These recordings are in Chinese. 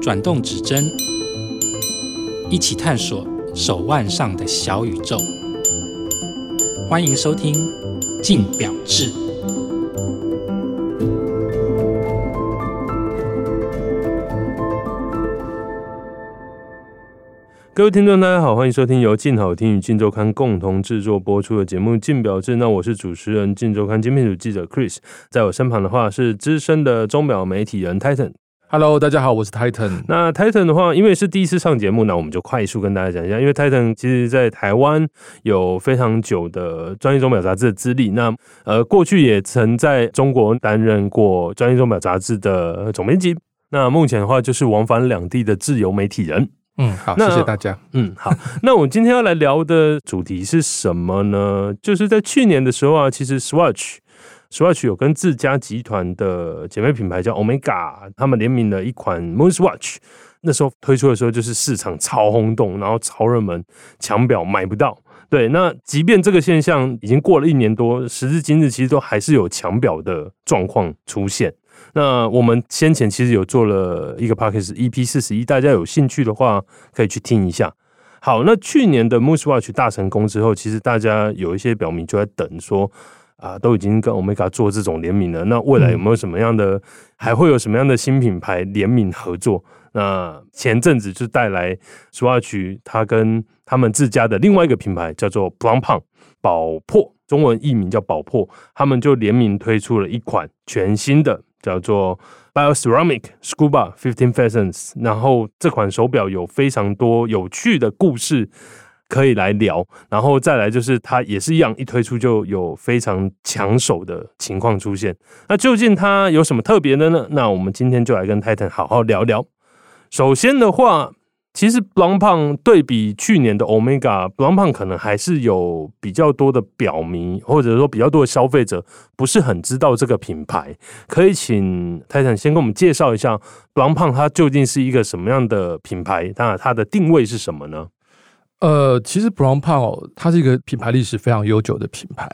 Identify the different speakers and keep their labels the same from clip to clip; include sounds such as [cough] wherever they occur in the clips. Speaker 1: 转动指针，一起探索手腕上的小宇宙。欢迎收听《静表志》。
Speaker 2: 各位听众，大家好，欢迎收听由静好听与静周刊共同制作播出的节目《静表志》。那我是主持人静周刊精品组记者 Chris，在我身旁的话是资深的钟表媒体人 Titan。
Speaker 3: Hello，大家好，我是 Titan。
Speaker 2: 那 Titan 的话，因为是第一次上节目，那我们就快速跟大家讲一下，因为 Titan 其实在台湾有非常久的专业钟表杂志的资历。那呃，过去也曾在中国担任过专业钟表杂志的总编辑。那目前的话，就是往返两地的自由媒体人。
Speaker 3: 嗯，好，
Speaker 2: 那
Speaker 3: 谢谢大家。
Speaker 2: 嗯，好。那我们今天要来聊的主题是什么呢？就是在去年的时候啊，其实 Swatch。Swatch 有跟自家集团的姐妹品牌叫 Omega，他们联名了一款 Moon Swatch。那时候推出的时候，就是市场超轰动，然后超热门，抢表买不到。对，那即便这个现象已经过了一年多，时至今日，其实都还是有抢表的状况出现。那我们先前其实有做了一个 p a c k a g e EP 四十一，大家有兴趣的话可以去听一下。好，那去年的 Moose Watch 大成功之后，其实大家有一些表迷就在等说啊，都已经跟 Omega 做这种联名了，那未来有没有什么样的，还会有什么样的新品牌联名合作？那前阵子就带来 Swatch，它跟他们自家的另外一个品牌叫做 b l o n p o n 宝珀，中文译名叫宝珀，他们就联名推出了一款全新的叫做 Bioceramic Scuba Fifteen Facets，然后这款手表有非常多有趣的故事。可以来聊，然后再来就是它也是一样，一推出就有非常抢手的情况出现。那究竟它有什么特别的呢？那我们今天就来跟 Titan 好好聊聊。首先的话，其实 b l o n p o n 对比去年的 Omega b l o n p o n 可能还是有比较多的表迷，或者说比较多的消费者不是很知道这个品牌。可以请泰坦先跟我们介绍一下 b l o n p o n 它究竟是一个什么样的品牌？那它的定位是什么呢？
Speaker 3: 呃，其实 Brown p o w 它是一个品牌历史非常悠久的品牌，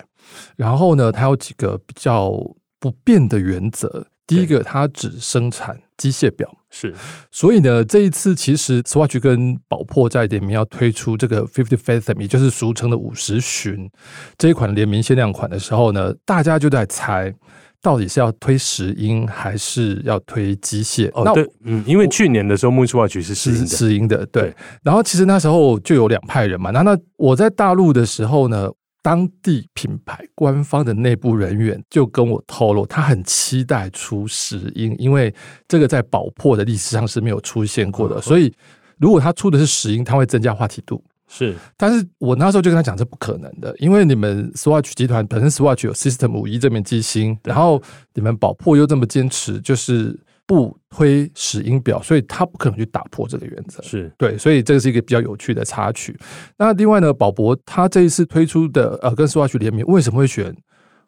Speaker 3: 然后呢，它有几个比较不变的原则。第一个，它只生产机械表，
Speaker 2: 是
Speaker 3: 所以呢，这一次其实 Swatch 跟宝珀在联名要推出这个 Fifty Fathom，也就是俗称的五十巡这一款联名限量款的时候呢，大家就在猜，到底是要推石英还是要推机械？
Speaker 2: 哦，对，嗯，因为去年的时候 m o o s Watch 是试
Speaker 3: 是
Speaker 2: 营的，
Speaker 3: 是赢的，对
Speaker 2: 对。
Speaker 3: 然后其实那时候就有两派人嘛。那那我在大陆的时候呢，当地品牌官方的内部人员就跟我透露，他很期待出石英，因为这个在宝珀的历史上是没有出现过的，
Speaker 2: 嗯
Speaker 3: 所以如果他出的是石英，它会增加话题度。
Speaker 2: 是
Speaker 3: 但是我那时候就跟他讲，这不可能的，因为你们 Swatch 集团本身 Swatch 有 System 五一这面机芯，然后你们宝珀又这么坚持，就是不推石英表，所以他不可能去打破这个原则。
Speaker 2: 是，
Speaker 3: 对，所以这个是一个比较有趣的插曲。那另外呢，宝珀它这一次推出的呃跟 Swatch 联名，为什么会选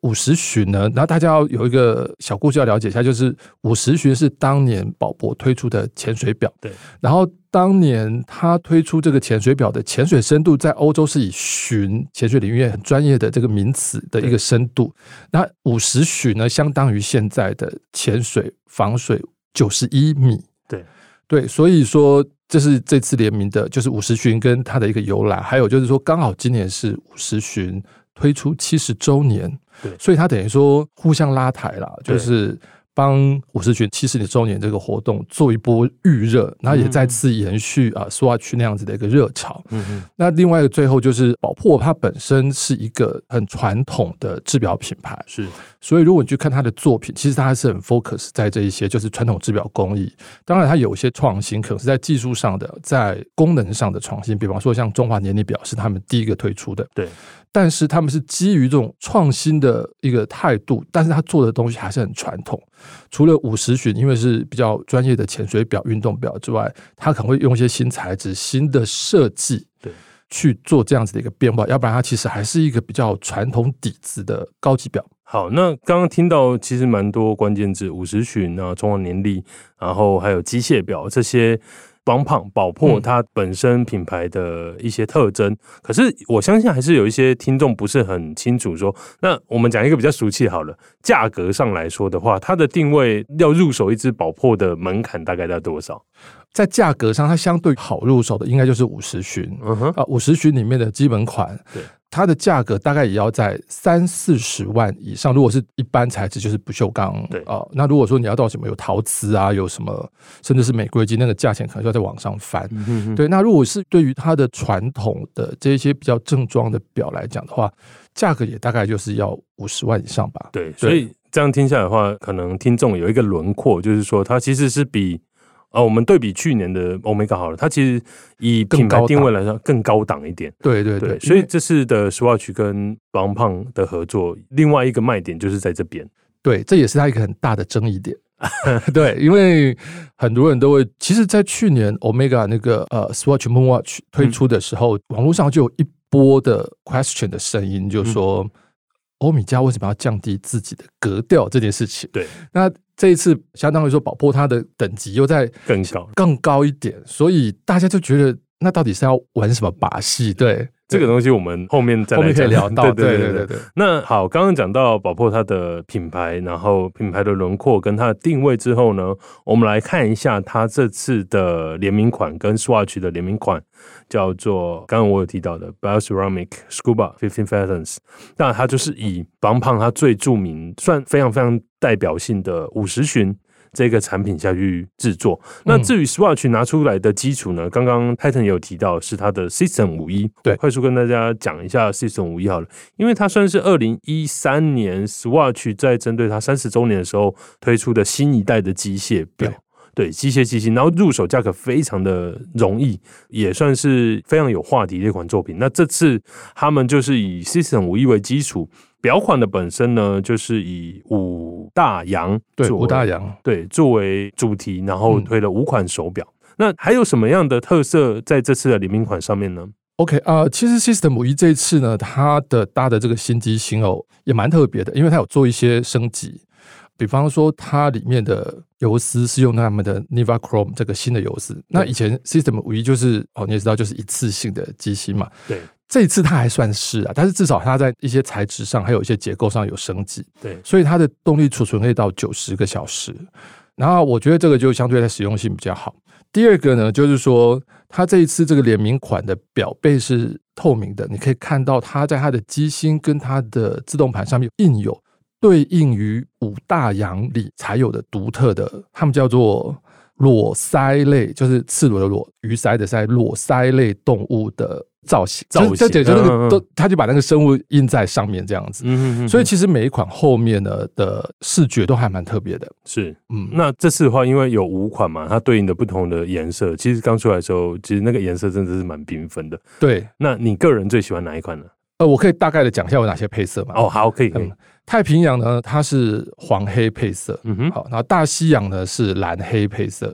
Speaker 3: 五十巡呢？然后大家要有一个小故事要了解一下，就是五十巡是当年宝珀推出的潜水表，
Speaker 2: 对。
Speaker 3: 然后当年它推出这个潜水表的潜水深度，在欧洲是以巡潜水领域很专业的这个名词的一个深度。那五十巡呢，相当于现在的潜水防水九十一米。
Speaker 2: 对
Speaker 3: 对，所以说这是这次联名的，就是五十巡跟它的一个由来，还有就是说刚好今年是五十巡推出七十周年，
Speaker 2: 对
Speaker 3: 所以它等于说互相拉抬啦，
Speaker 2: 对
Speaker 3: 就是。帮五十巡七十周年这个活动做一波预热，然后也再次延续啊 Swatch 那样子的一个热潮。
Speaker 2: 嗯嗯，
Speaker 3: 那另外一个最后就是宝珀，它本身是一个很传统的制表品牌，
Speaker 2: 是
Speaker 3: 所以如果你去看他的作品，其实他还是很 focus 在这一些就是传统制表工艺。当然，它有一些创新，可能是在技术上的，在功能上的创新，比方说像中华年历表是他们第一个推出的。
Speaker 2: 对，
Speaker 3: 但是他们是基于这种创新的一个态度，但是他做的东西还是很传统。除了五十巡，因为是比较专业的潜水表、运动表之外，他可能会用一些新材质、新的设计，
Speaker 2: 对，
Speaker 3: 去做这样子的一个变化。要不然，它其实还是一个比较传统底子的高级表。
Speaker 2: 好，那刚刚听到其实蛮多关键字，五十旬啊，中华年历，然后还有机械表这些帮胖宝珀它本身品牌的一些特征。可是我相信还是有一些听众不是很清楚说，那我们讲一个比较俗气好了，价格上来说的话，它的定位要入手一只宝珀的门槛大概在多少？
Speaker 3: 在价格上，它相对好入手的应该就是五十巡
Speaker 2: 嗯哼，
Speaker 3: 啊，五十巡里面的基本款
Speaker 2: 对，
Speaker 3: 它的价格大概也要在三四十万以上。如果是一般材质，就是不锈钢，
Speaker 2: 对
Speaker 3: 啊、那如果说你要到什么有陶瓷啊，有什么甚至是玫瑰金，那个价钱可能就要再往上翻。
Speaker 2: 嗯哼哼，
Speaker 3: 对，那如果是对于它的传统的这一些比较正装的表来讲的话，价格也大概就是要五十万以上吧。
Speaker 2: 对，所以这样听下来的话，可能听众有一个轮廓，就是说它其实是比呃，我们对比去年的 Omega 好了，它其实以品牌定位来说更高档一点。
Speaker 3: 对对
Speaker 2: 对，
Speaker 3: 对，
Speaker 2: 所
Speaker 3: 因
Speaker 2: 以
Speaker 3: 为
Speaker 2: 这次的 Swatch 跟邦胖的合作，另外一个卖点就是在这边。
Speaker 3: 对，这也是它一个很大的争议点。 [laughs] 对，因为很多人都会，其实，在去年 Omega 那个呃 Swatch Moonwatch
Speaker 2: 嗯
Speaker 3: 推出的时候，网络上就有一波的 question 的声音，
Speaker 2: 嗯
Speaker 3: 就说、欧米茄为什么要降低自己的格调这件事情？
Speaker 2: 对，
Speaker 3: 那这一次相当于说，宝珀它的等级又在
Speaker 2: 更高，
Speaker 3: 更高一点，所以大家就觉得那到底是要玩什么把戏？对，
Speaker 2: [laughs] 这个
Speaker 3: 对
Speaker 2: 东西我们后面再
Speaker 3: 后
Speaker 2: 来
Speaker 3: 面可以
Speaker 2: 讲
Speaker 3: 聊到，
Speaker 2: [laughs] 对对
Speaker 3: 对
Speaker 2: 对对
Speaker 3: 对对，
Speaker 2: 那好，刚刚讲到宝珀它的品牌，然后品牌的轮廓跟它的定位之后呢，我们来看一下它这次的联名款跟 Swatch 的联名款，叫做刚刚我有提到的 Bioceramic Scuba Fifteen Fathoms。那它就是以邦胖它最著名、算非常非常代表性的五十巡。这个产品下去制作。那至于 Swatch 拿出来的基础呢？刚刚 Titan 也有提到是它的 System 五一，
Speaker 3: 对
Speaker 2: 快速跟大家讲一下 System 五一好了。因为它算是二零一三年 Swatch 在针对它三十周年的时候推出的新一代的机械表
Speaker 3: 对。
Speaker 2: 对机械机芯，然后入手价格非常的容易，也算是非常有话题的一款作品。那这次他们就是以 System 五一为基础，表款的本身呢，就是以五大洋
Speaker 3: 对
Speaker 2: 作为
Speaker 3: 吴大洋。
Speaker 2: 对作为主题，然后
Speaker 3: 嗯
Speaker 2: 推了五款手表。那还有什么样的特色在这次的联名款上面呢？
Speaker 3: OK 啊、其实 System 五一这一次呢，它的搭的这个新机型哦，也蛮特别的，因为它有做一些升级，比方说它里面的游丝是用他们的 Niva Chrome 这个新的游丝。那以前 System 五一就是哦，你也知道就是一次性的机芯嘛，
Speaker 2: 对
Speaker 3: 这一次它还算是啊，但是至少它在一些材质上还有一些结构上有升级。
Speaker 2: 对，
Speaker 3: 所以它的动力储存可以到九十个小时。然后我觉得这个就相对在实用性比较好。第二个呢，就是说它这一次这个联名款的表背是透明的，你可以看到它在它的机芯跟它的自动盘上面印有对应于五大洋里才有的独特的，他们叫做裸鳃类，就是赤裸的裸，鱼鳃的鳃，裸鳃类动物的造型。
Speaker 2: 造型
Speaker 3: 这这就那
Speaker 2: 嗯嗯嗯
Speaker 3: 个都，他就把那个生物印在上面这样子。
Speaker 2: 嗯哼哼哼
Speaker 3: 所以其实每一款后面呢的视觉都还蛮特别的。
Speaker 2: 是
Speaker 3: 嗯，
Speaker 2: 那这次的话，因为有五款嘛，它对应的不同的颜色，其实刚出来的时候，其实那个颜色真的是蛮缤纷的。
Speaker 3: 对，
Speaker 2: 那你个人最喜欢哪一款呢？
Speaker 3: 呃，我可以大概的讲一下有哪些配色嘛？
Speaker 2: 哦，，好，可以，可以，
Speaker 3: 太平洋呢它是黄黑配色，
Speaker 2: 嗯哼，
Speaker 3: 好，然后大西洋呢是蓝黑配色，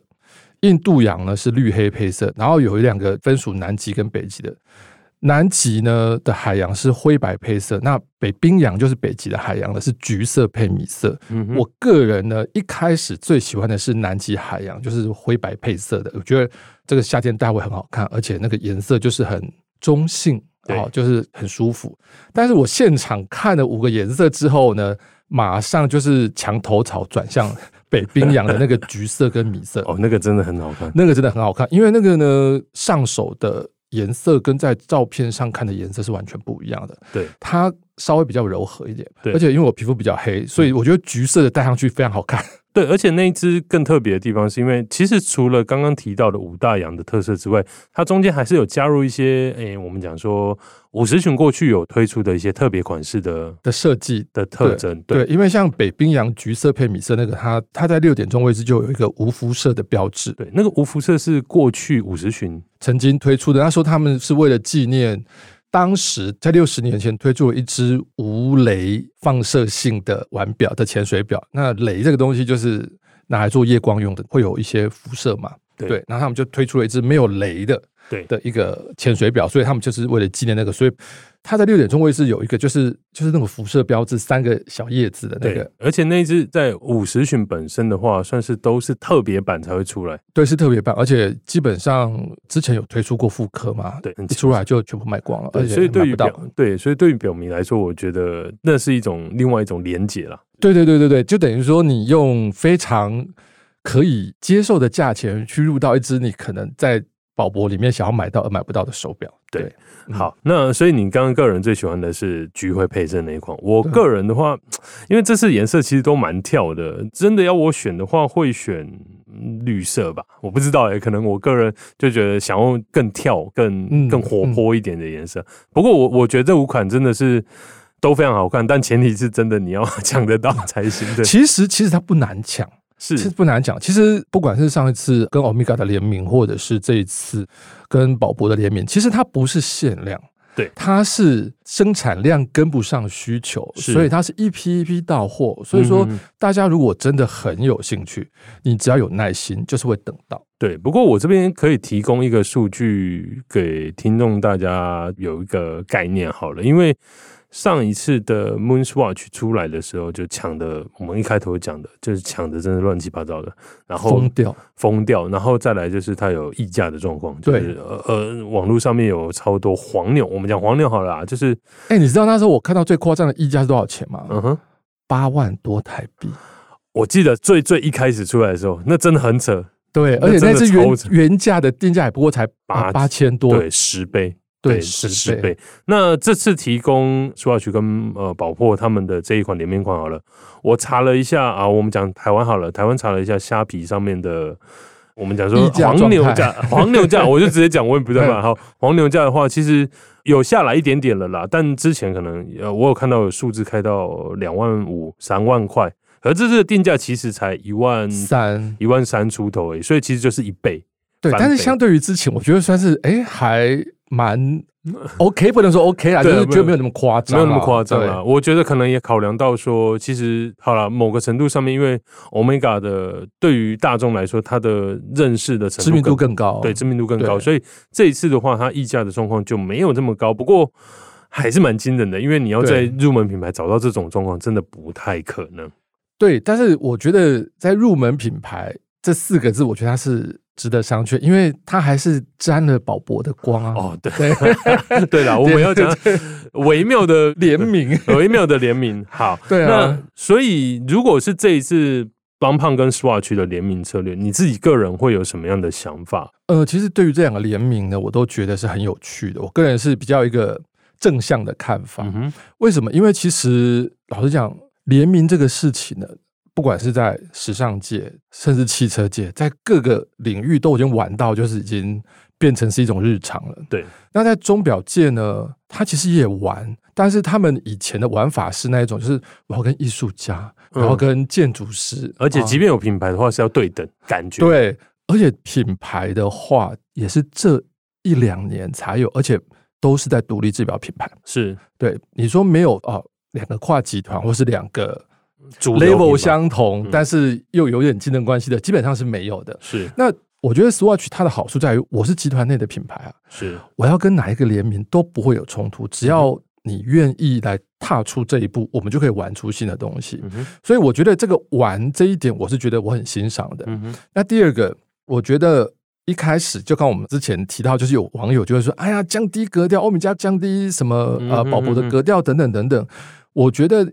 Speaker 3: 印度洋呢是绿黑配色，然后有两个分属南极跟北极的。南极呢的海洋是灰白配色，那北冰洋就是北极的海洋呢是橘色配米色。
Speaker 2: 嗯哼，
Speaker 3: 我个人呢，一开始最喜欢的是南极海洋，就是灰白配色的，我觉得这个夏天戴会很好看，而且那个颜色就是很中性，
Speaker 2: 对
Speaker 3: 哦，就是很舒服。但是我现场看了五个颜色之后呢，马上就是墙头草转向北冰洋的那个橘色跟米色，
Speaker 2: 哦，那个真的很好看，
Speaker 3: 那个真的很好看，因为那个呢上手的颜色跟在照片上看的颜色是完全不一样的。
Speaker 2: 对，
Speaker 3: 它稍微比较柔和一点，
Speaker 2: 对嗯
Speaker 3: 而且因为我皮肤比较黑，所以我觉得橘色的戴上去非常好看。
Speaker 2: 对，而且那一只更特别的地方是因为，其实除了刚刚提到的五大洋的特色之外，它中间还是有加入一些，诶、我们讲说五十群过去有推出的一些特别款式的
Speaker 3: 的设计。
Speaker 2: 的特征，
Speaker 3: 对，因为像北冰洋橘色配米色那个，它它在六点钟位置就有一个无辐射的标志，
Speaker 2: 对，那个无辐射是过去五十群
Speaker 3: 曾经推出的。那时候他们是为了纪念当时在六十年前推出了一只无雷放射性的腕表的潜水表。那雷这个东西就是拿来做夜光用的，会有一些辐射嘛。
Speaker 2: 对
Speaker 3: 对，然后他们就推出了一只没有雷的
Speaker 2: 对
Speaker 3: 的一个潜水表，所以他们就是为了纪念那个，所以它在六点钟位置有一个就是就是那个辐射标志三个小叶子的那
Speaker 2: 对
Speaker 3: 个，，
Speaker 2: 而且那一只在五十巡本身的话，算是都是特别版才会出来。
Speaker 3: 对，是特别版，而且基本上之前有推出过复刻嘛，
Speaker 2: 对很
Speaker 3: 一出来就全部卖光了，而
Speaker 2: 对，
Speaker 3: 且
Speaker 2: 所以对
Speaker 3: 买
Speaker 2: 于
Speaker 3: 不到
Speaker 2: 表对，所以对于表迷来说，我觉得那是一种另外一种连结啦。
Speaker 3: 对对对对对，就等于说你用非常可以接受的价钱去入到一只你可能在宝博里面想要买到而买不到的手表。
Speaker 2: 对
Speaker 3: 对，嗯
Speaker 2: 好，那所以你刚刚个人最喜欢的是橘灰配色那一款。我个人的话，因为这次颜色其实都蛮跳的，真的要我选的话，会选嗯绿色吧。我不知道哎、可能我个人就觉得想要更跳、更
Speaker 3: 嗯
Speaker 2: 更活泼一点的颜色。不过我我觉得这五款真的是都非常好看，但前提是真的你要抢得到才行的。
Speaker 3: 其实其实它不难抢，
Speaker 2: 是
Speaker 3: 其实不难讲。其实不管是上一次跟 Omega 的联名，或者是这一次跟宝博的联名，其实它不是限量。
Speaker 2: 对
Speaker 3: 它是生产量跟不上需求，
Speaker 2: 是
Speaker 3: 所以它是一批一批到货。所以说
Speaker 2: 嗯，
Speaker 3: 大家如果真的很有兴趣，你只要有耐心，就是会等到。
Speaker 2: 对，不过我这边可以提供一个数据给听众，大家有一个概念好了。因为上一次的 Moonswatch 出来的时候，就抢的，我们一开头讲的就是抢的，真的乱七八糟的，然后
Speaker 3: 疯掉，
Speaker 2: 疯掉，然后再来就是它有溢价的状况，就是
Speaker 3: 对
Speaker 2: 呃呃，网络上面有超多黄牛，我们讲黄牛好了啦，就是
Speaker 3: 哎、你知道那时候我看到最夸张的溢价是多少钱吗？
Speaker 2: 嗯哼。
Speaker 3: 八、万多台币。
Speaker 2: 我记得最最一开始出来的时候，那真的很扯，
Speaker 3: 对，
Speaker 2: 那
Speaker 3: 而且那
Speaker 2: 真的
Speaker 3: 是
Speaker 2: 超
Speaker 3: 原
Speaker 2: 扯
Speaker 3: 原价的定价也不过才
Speaker 2: 八
Speaker 3: 八八千多，
Speaker 2: 对，十倍，
Speaker 3: 对
Speaker 2: 十
Speaker 3: 10
Speaker 2: 倍。那这次提供苏 w a 跟呃宝珀他们的这一款联名款好了，我查了一下啊，我们讲台湾好了，台湾查了一下虾皮上面的。我们讲说
Speaker 3: 溢价
Speaker 2: 黄
Speaker 3: 状
Speaker 2: 牛
Speaker 3: 态 [laughs]
Speaker 2: 价，黄牛价，我就直接讲，我也不知道嘛。
Speaker 3: 嗯
Speaker 2: 好，黄牛价的话，其实有下来一点点了啦，但之前可能呃，我有看到有数字开到两万五、三万块，而这次的定价其实才一万
Speaker 3: 三
Speaker 2: 一万三出头而已，所以其实就是一倍。
Speaker 3: 对，
Speaker 2: 翻
Speaker 3: 但是
Speaker 2: 倍
Speaker 3: 相对于之前，我觉得算是哎、还
Speaker 2: [laughs]
Speaker 3: 蛮 OK，不能说 OK 啦，就
Speaker 2: 对啊
Speaker 3: 是觉得
Speaker 2: 没有
Speaker 3: 没有那么夸张
Speaker 2: 没
Speaker 3: 啦，
Speaker 2: 有那么夸张
Speaker 3: 对
Speaker 2: 啊。我觉得可能也考量到说，其实好了，某个程度上面，因为 Omega 的对于大众来说，它的认识的程度
Speaker 3: 知名度更高，
Speaker 2: 对知名度更高，
Speaker 3: 对
Speaker 2: 所以这一次的话，它溢价的状况就没有这么高。不过还是蛮惊人的，因为你要在
Speaker 3: 对
Speaker 2: 入门品牌找到这种状况，真的不太可能。
Speaker 3: 对，但是我觉得在入门品牌这四个字，我觉得它是值得商榷，因为它还是沾了宝博的光啊。
Speaker 2: 哦，对，
Speaker 3: 对，
Speaker 2: [laughs]
Speaker 3: [laughs]
Speaker 2: 对了，我们要讲微妙的
Speaker 3: 联名，
Speaker 2: 微妙的联名。好，
Speaker 3: 对啊
Speaker 2: 那，所以如果是这一次邦胖跟 Swatch 的联名策略，你自己个人会有什么样的想法？
Speaker 3: 呃，其实对于这两个联名呢，我都觉得是很有趣的。我个人是比较一个正向的看法。
Speaker 2: 嗯哼，
Speaker 3: 为什么？因为其实老实讲，联名这个事情呢，不管是在时尚界，甚至汽车界，在各个领域都已经玩到，就是已经变成是一种日常了。
Speaker 2: 对，
Speaker 3: 那在钟表界呢，它其实也玩，但是他们以前的玩法是那一种，就是我要跟艺术家，
Speaker 2: 嗯
Speaker 3: 然后跟建筑师，
Speaker 2: 而且
Speaker 3: 啊
Speaker 2: 即便有品牌的话，是要对等感觉。，
Speaker 3: 对，而且品牌的话也是这一两年才有，而且都是在独立制表品牌。
Speaker 2: 是
Speaker 3: 对，你说没有哦，两个跨集团或是两个
Speaker 2: 主流品
Speaker 3: level
Speaker 2: 牌
Speaker 3: 相同
Speaker 2: 嗯，
Speaker 3: 但是又有点竞争关系的，基本上是没有的。
Speaker 2: 是
Speaker 3: 那我觉得 Swatch 它的好处在于，我是集团内的品牌啊，
Speaker 2: 是
Speaker 3: 我要跟哪一个联名都不会有冲突，只要
Speaker 2: 嗯
Speaker 3: 你愿意来踏出这一步，我们就可以玩出新的东西。
Speaker 2: 嗯哼
Speaker 3: 所以我觉得这个玩这一点，我是觉得我很欣赏的。
Speaker 2: 嗯哼
Speaker 3: 那第二个，我觉得一开始就看我们之前提到，就是有网友就会说：“哎呀，降低格调，欧米茄降低什么呃
Speaker 2: 嗯哼
Speaker 3: 宝博的格调等等等等。”我觉得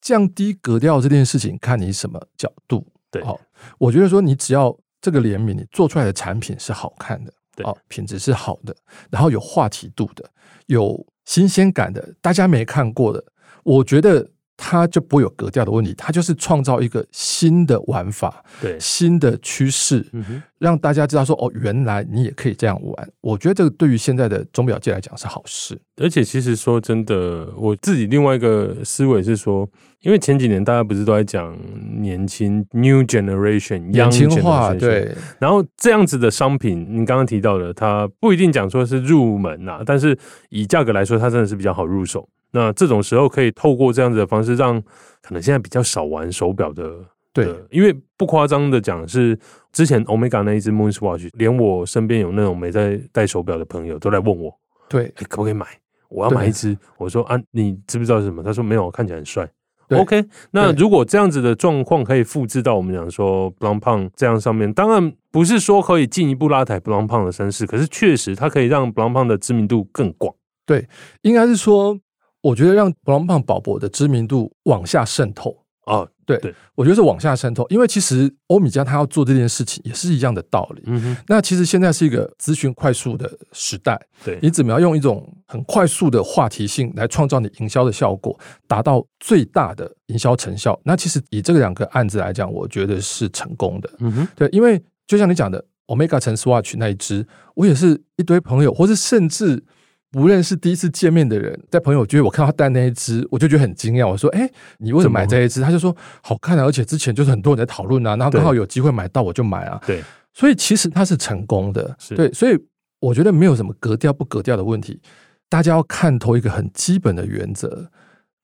Speaker 3: 降低格调这件事情，看你什么角度。
Speaker 2: 对
Speaker 3: 哦，我觉得说你只要这个联名，你做出来的产品是好看的，
Speaker 2: 对
Speaker 3: 哦，品质是好的，然后有话题度的，有新鲜感的，大家没看过的，我觉得。它就不会有格调的问题，它就是创造一个新的玩法，
Speaker 2: 对
Speaker 3: 新的趋势，
Speaker 2: 嗯哼
Speaker 3: 让大家知道说哦，原来你也可以这样玩。我觉得这个对于现在的钟表界来讲是好事。
Speaker 2: 而且其实说真的，我自己另外一个思维是说，因为前几年大家不是都在讲年轻 new generation young
Speaker 3: 年轻化，
Speaker 2: generation
Speaker 3: 对
Speaker 2: 然后这样子的商品，你刚刚提到的，它不一定讲说是入门呐、但是以价格来说，它真的是比较好入手。那这种时候可以透过这样子的方式，让可能现在比较少玩手表的
Speaker 3: 对
Speaker 2: 的，因为不夸张的讲，是之前 Omega 那一只 Moonswatch，连我身边有那种没在戴手表的朋友都来问我，
Speaker 3: 对
Speaker 2: 哎、可不可以买？我要
Speaker 3: 对
Speaker 2: 买一只。我说啊，你知不知道是什么？他说没有，看起来很帅。
Speaker 3: 对
Speaker 2: OK，那
Speaker 3: 对
Speaker 2: 如果这样子的状况可以复制到我们讲说 b l o n d p o n 这样上面，当然不是说可以进一步拉抬 b l o n d p o n 的身世，可是确实它可以让 b l o n d p o n 的知名度更广。
Speaker 3: 应该是说，我觉得让 b l o n p o n 宝博的知名度往下渗透，
Speaker 2: 哦，
Speaker 3: 我觉得是往下渗透，因为其实欧米茄他要做这件事情也是一样的道理。
Speaker 2: 嗯哼，
Speaker 3: 那其实现在是一个资讯快速的时代，
Speaker 2: 对，
Speaker 3: 你怎么样用一种很快速的话题性来创造你营销的效果，达到最大的营销成效？那其实以这两个案子来讲，我觉得是成功的。
Speaker 2: 嗯哼，
Speaker 3: 对，因为就像你讲的，Omega 乘 Swatch 那一只，我也是一堆朋友，或是甚至不认识第一次见面的人，在朋友圈我看到他戴那一只，我就觉得很惊讶。我说：“哎、你为什
Speaker 2: 怎
Speaker 3: 么
Speaker 2: 么
Speaker 3: 买这一只？”他就说：“好看啊，而且之前就是很多人在讨论啊，然后刚好
Speaker 2: 对
Speaker 3: 有机会买到我就买啊。”
Speaker 2: 对，
Speaker 3: 所以其实它是成功的
Speaker 2: 是，
Speaker 3: 对，所以我觉得没有什么格调不格调的问题，大家要看透一个很基本的原则：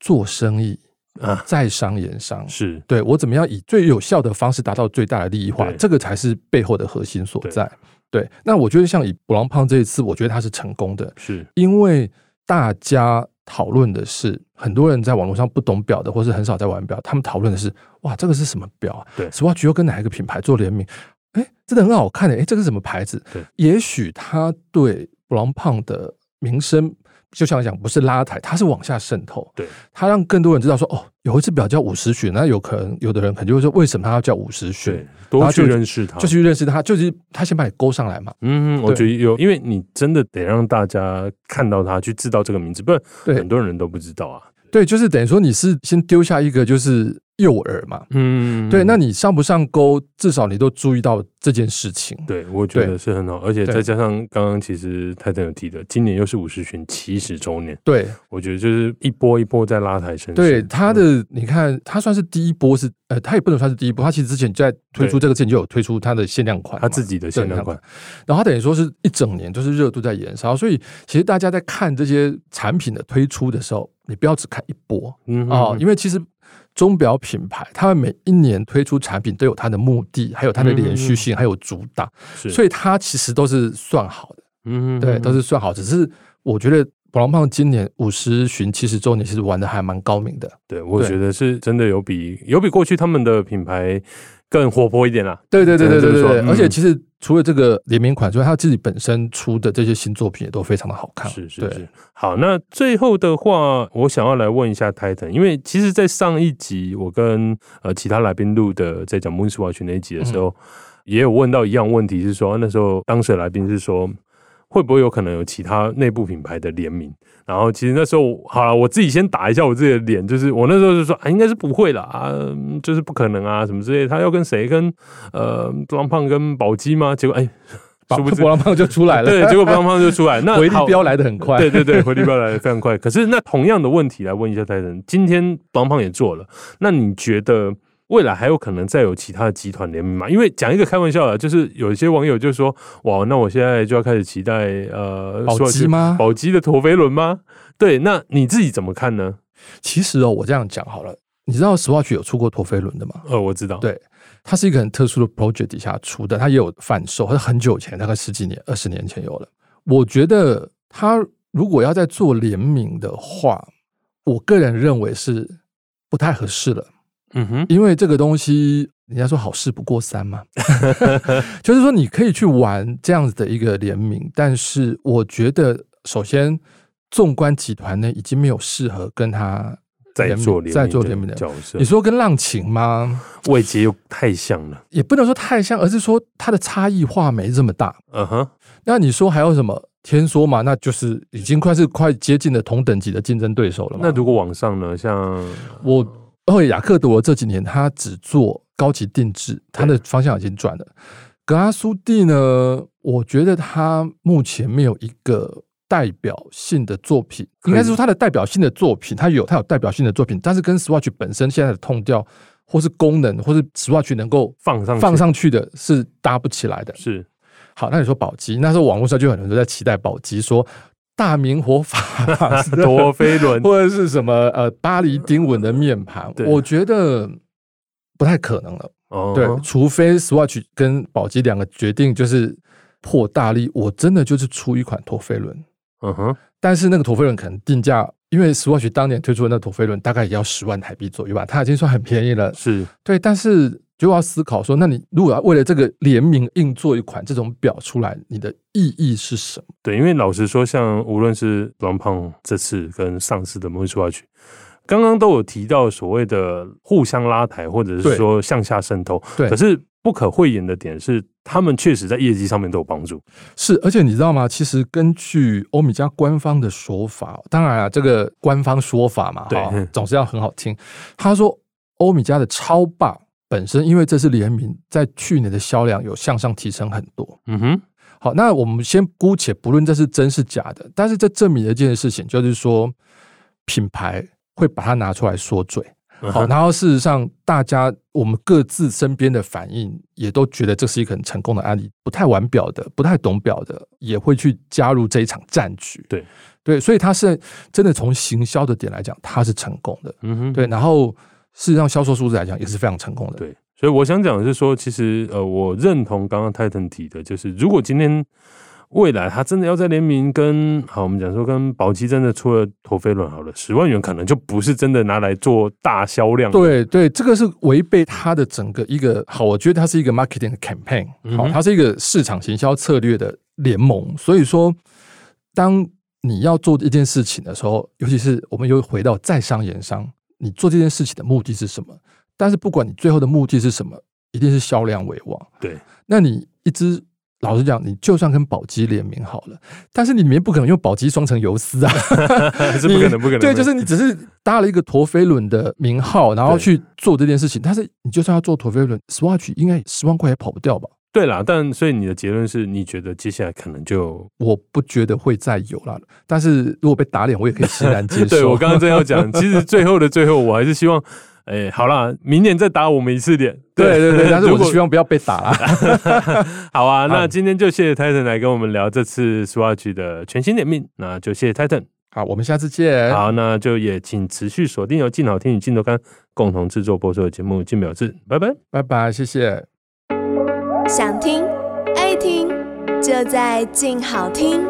Speaker 3: 做生意
Speaker 2: 啊，
Speaker 3: 在商言商。
Speaker 2: 是
Speaker 3: 对我怎么样以最有效的方式达到最大的利益化，
Speaker 2: 对
Speaker 3: 这个才是背后的核心所在。对，那我觉得像以布朗胖这一次，我觉得他是成功的，
Speaker 2: 是，
Speaker 3: 因为大家讨论的是很多人在网络上不懂表的，或是很少在玩表，他们讨论的是哇，这个是什么表啊？
Speaker 2: 对
Speaker 3: ，Swatch 又跟哪一个品牌做联名？哎，真的很好看的、哎，这个是什么牌子？
Speaker 2: 对，
Speaker 3: 也许他对布朗胖的名声。就像讲，不是拉抬，它是往下渗透。
Speaker 2: 对，
Speaker 3: 它让更多人知道说，哦，有一只表叫五十巡，那有可能有的人可能就会说，为什么它要叫五十巡
Speaker 2: 对？，多
Speaker 3: 后
Speaker 2: 去
Speaker 3: 就
Speaker 2: 认识它，
Speaker 3: 就去认识它，就是他先把你勾上来嘛。
Speaker 2: 嗯，我
Speaker 3: 对
Speaker 2: 觉得有，因为你真的得让大家看到它，去知道这个名字，不然
Speaker 3: 对
Speaker 2: 很多人都不知道啊。
Speaker 3: 对，就是等于说你是先丢下一个就是诱饵嘛，
Speaker 2: 嗯，
Speaker 3: 对，那你上不上钩，至少你都注意到这件事情。
Speaker 2: 对我觉得
Speaker 3: 对
Speaker 2: 是很好，而且
Speaker 3: 对
Speaker 2: 再加上刚刚其实泰坦有提的，今年又是五十巡七十周年，
Speaker 3: 对，
Speaker 2: 我觉得就是一波一波在拉抬升势。
Speaker 3: 对，它
Speaker 2: 嗯
Speaker 3: 的你看，它算是第一波是，呃，它也不能算是第一波，它其实之前就在推出
Speaker 2: 对
Speaker 3: 这个之前就有推出它的限量款
Speaker 2: 它
Speaker 3: 嘛，
Speaker 2: 自己的限量款，
Speaker 3: 然后它等于说是一整年都是热度在燃烧，所以其实大家在看这些产品的推出的时候，你不要只看一波
Speaker 2: 嗯
Speaker 3: 啊、
Speaker 2: 嗯
Speaker 3: 因为其实钟表品牌他们每一年推出产品都有它的目的，还有它的连续
Speaker 2: 嗯
Speaker 3: 性，还有主打，
Speaker 2: 是，
Speaker 3: 所
Speaker 2: 以
Speaker 3: 以它其实都是算好的。
Speaker 2: 嗯
Speaker 3: 对，都是算好。只是我觉得布朗胖今年五十巡七十周年其实玩的还蛮高明的。
Speaker 2: 对，我
Speaker 3: 对
Speaker 2: 觉得是真的有比有比过去他们的品牌更活泼一点啦。
Speaker 3: 对对对对
Speaker 2: 只
Speaker 3: 对
Speaker 2: 能这
Speaker 3: 对
Speaker 2: 么
Speaker 3: 对，
Speaker 2: 说
Speaker 3: 而且
Speaker 2: 嗯
Speaker 3: 其实除了这个联名款之外，他自己本身出的这些新作品也都非常的好看。
Speaker 2: 是是
Speaker 3: 对
Speaker 2: 是，好，那最后的话，我想要来问一下 Titan，因为其实，在上一集我跟呃其他来宾录的在讲 Moonswatch 那一集的时候，
Speaker 3: 嗯
Speaker 2: 也有问到一样问题，是说那时候当时的来宾是说。会不会有可能有其他内部品牌的联名？然后其实那时候好了，我自己先打一下我自己的脸，就是我那时候就说啊，应该是不会啦，啊，嗯就是不可能啊，什么之类的。他要跟谁？跟呃，朗胖跟宝鸡吗？结果
Speaker 3: [laughs]
Speaker 2: 哎，
Speaker 3: 把
Speaker 2: 殊不知
Speaker 3: 布朗胖就出来
Speaker 2: [laughs]
Speaker 3: 了，
Speaker 2: 对，结果朗胖就出来。那
Speaker 3: [laughs] 回力
Speaker 2: 好
Speaker 3: 标来的很快。
Speaker 2: 对对对，回力镖来的非常快。可是那同样的问题来问一下泰森，今天邦胖也做了，那你觉得未来还有可能再有其他的集团联名吗？因为讲一个开玩笑的，就是有一些网友就说：“哇，那我现在就要开始期待呃，
Speaker 3: 宝哦鸡吗？
Speaker 2: 宝鸡的陀飞轮吗？”对，那你自己怎么看呢？
Speaker 3: 其实哦，我这样讲好了，你知道 Swatch 有出过陀飞轮的吗？
Speaker 2: 呃，我知道，
Speaker 3: 对它是一个很特殊的 project 底下出的，它也有贩售，它是很久以前，大概十几年、二十年前有了。我觉得它如果要再做联名的话，我个人认为是不太合适了，
Speaker 2: 嗯哼，
Speaker 3: 因为这个东西，人家说好事不过
Speaker 2: [laughs]
Speaker 3: 三嘛，就是说你可以去玩这样子的一个联名，但是我觉得首先。纵观集团呢，已经没有适合跟他
Speaker 2: 在
Speaker 3: 联名
Speaker 2: 做联名，
Speaker 3: 在做联名的
Speaker 2: 角色
Speaker 3: 你，说跟浪琴吗？
Speaker 2: 魏杰又太像了，
Speaker 3: 也不能说太像，而是说它的差异化没这么大。
Speaker 2: 嗯哼，
Speaker 3: 那你说还有什么天梭嘛？那就是已经快是快接近了同等级的竞争对手了嘛。
Speaker 2: 那如果往上呢？像
Speaker 3: 我而且雅克多这几年他只做高级定制，他的方向已经转了。格拉苏蒂呢，我觉得他目前没有一个代表性的作品，
Speaker 2: 可以
Speaker 3: 应该是说他的代表性的作品，他有他有代表性的作品，但是跟 Swatch 本身现在的痛调或是功能，或是 Swatch 能够
Speaker 2: 放上去
Speaker 3: 放上去的是搭不起来的。
Speaker 2: 是
Speaker 3: 好，那你说宝鸡，那时候网络上就有很多人在期待宝鸡，说大明活法
Speaker 2: [laughs]
Speaker 3: [laughs] 法式
Speaker 2: 陀飞轮，
Speaker 3: 或者是什么呃巴黎丁文的面盘
Speaker 2: 对。
Speaker 3: 我觉得不太可能了。
Speaker 2: 哦
Speaker 3: 对，除非 Swatch 跟宝玑两个决定就是破大力，我真的就是出一款陀飞轮，
Speaker 2: 嗯哼，
Speaker 3: 但是那个陀飞轮可能定价，因为 Swatch 当年推出的那陀飞轮大概也要十万台币左右吧，它已经算很便宜了。
Speaker 2: 是
Speaker 3: 对，但是就要思考说，那你如果要为了这个联名硬做一款这种表出来，你的意义是什么？
Speaker 2: 对，因为老实说，像无论是 l o n p o n 这次跟上次的 m o n s w a t c h 刚刚都有提到所谓的互相拉抬，或者是
Speaker 3: 对
Speaker 2: 说向下渗透，
Speaker 3: 对
Speaker 2: 可是不可讳言的点是，他们确实在业绩上面都有帮助。
Speaker 3: 是，而且你知道吗？其实根据欧米茄官方的说法，当然啊，这个官方说法嘛，
Speaker 2: 对
Speaker 3: 哈
Speaker 2: 嗯
Speaker 3: 总是要很好听。他说，欧米茄的超霸本身，因为这是联名，在去年的销量有向上提升很多。
Speaker 2: 嗯哼，
Speaker 3: 好，那我们先姑且不论这是真是假的，但是这证明了一件事情，就是说品牌会把它拿出来说嘴。
Speaker 2: 嗯
Speaker 3: 好，
Speaker 2: 哼，
Speaker 3: 然后事实上，大家我们各自身边的反应也都觉得这是一个很成功的案例，不太玩表的，不太懂表的，也会去加入这一场战局。
Speaker 2: 对
Speaker 3: 对，所以它是真的从行销的点来讲，它是成功的。
Speaker 2: 嗯哼，
Speaker 3: 对，然后事实上销售数字来讲也是非常成功的。
Speaker 2: 对，所以我想讲的是说，其实呃，我认同刚刚 Titan 提的，就是如果今天未来他真的要在联名跟好，我们讲说跟宝玑真的出了陀飞轮好了，十万元可能就不是真的拿来做大销量。，
Speaker 3: 对对，这个是违背它的整个一个好，我觉得它是一个 marketing 的 campaign，
Speaker 2: 嗯
Speaker 3: 好、
Speaker 2: 哼
Speaker 3: 它是一个市场行销策略的联盟。所以说，当你要做一件事情的时候，尤其是我们又回到在商言商，你做这件事情的目的是什么？但是不管你最后的目的是什么，一定是销量为王。
Speaker 2: 对，
Speaker 3: 那你一支。老实讲，你就算跟宝鸡联名好了，但是你里面不可能用宝鸡双层游丝啊，
Speaker 2: [laughs] 是不可能，不可能。
Speaker 3: 对，
Speaker 2: 不可能
Speaker 3: 就是你只是搭了一个陀飞轮的名号，然后
Speaker 2: 对
Speaker 3: 去做这件事情。但是你就算要做陀飞轮，Swatch 应该十万块也跑不掉吧？
Speaker 2: 对啦。但所以你的结论是你觉得接下来可能就
Speaker 3: 我不觉得会再有了。但是如果被打脸，我也可以欣然接受。
Speaker 2: [laughs] 对我刚刚正要讲，其实最后的最后，我还是希望，哎，好啦，明年再打我们一次脸。
Speaker 3: [laughs] 对
Speaker 2: [laughs]
Speaker 3: 对对，但是
Speaker 2: 如
Speaker 3: 我
Speaker 2: 果
Speaker 3: 是希望不要被打啦。 [laughs]
Speaker 2: [laughs] 好啊，那今天就谢谢 Titan 来跟我们聊这次 Swatch 的全新联名，那就谢谢 Titan。
Speaker 3: 好，我们下次见。
Speaker 2: 好，那就也请持续锁定由静好听与静周刊共同制作播出的节目《静表志》，拜拜。
Speaker 3: 拜拜，谢谢。
Speaker 4: 想听爱听，就在静好听。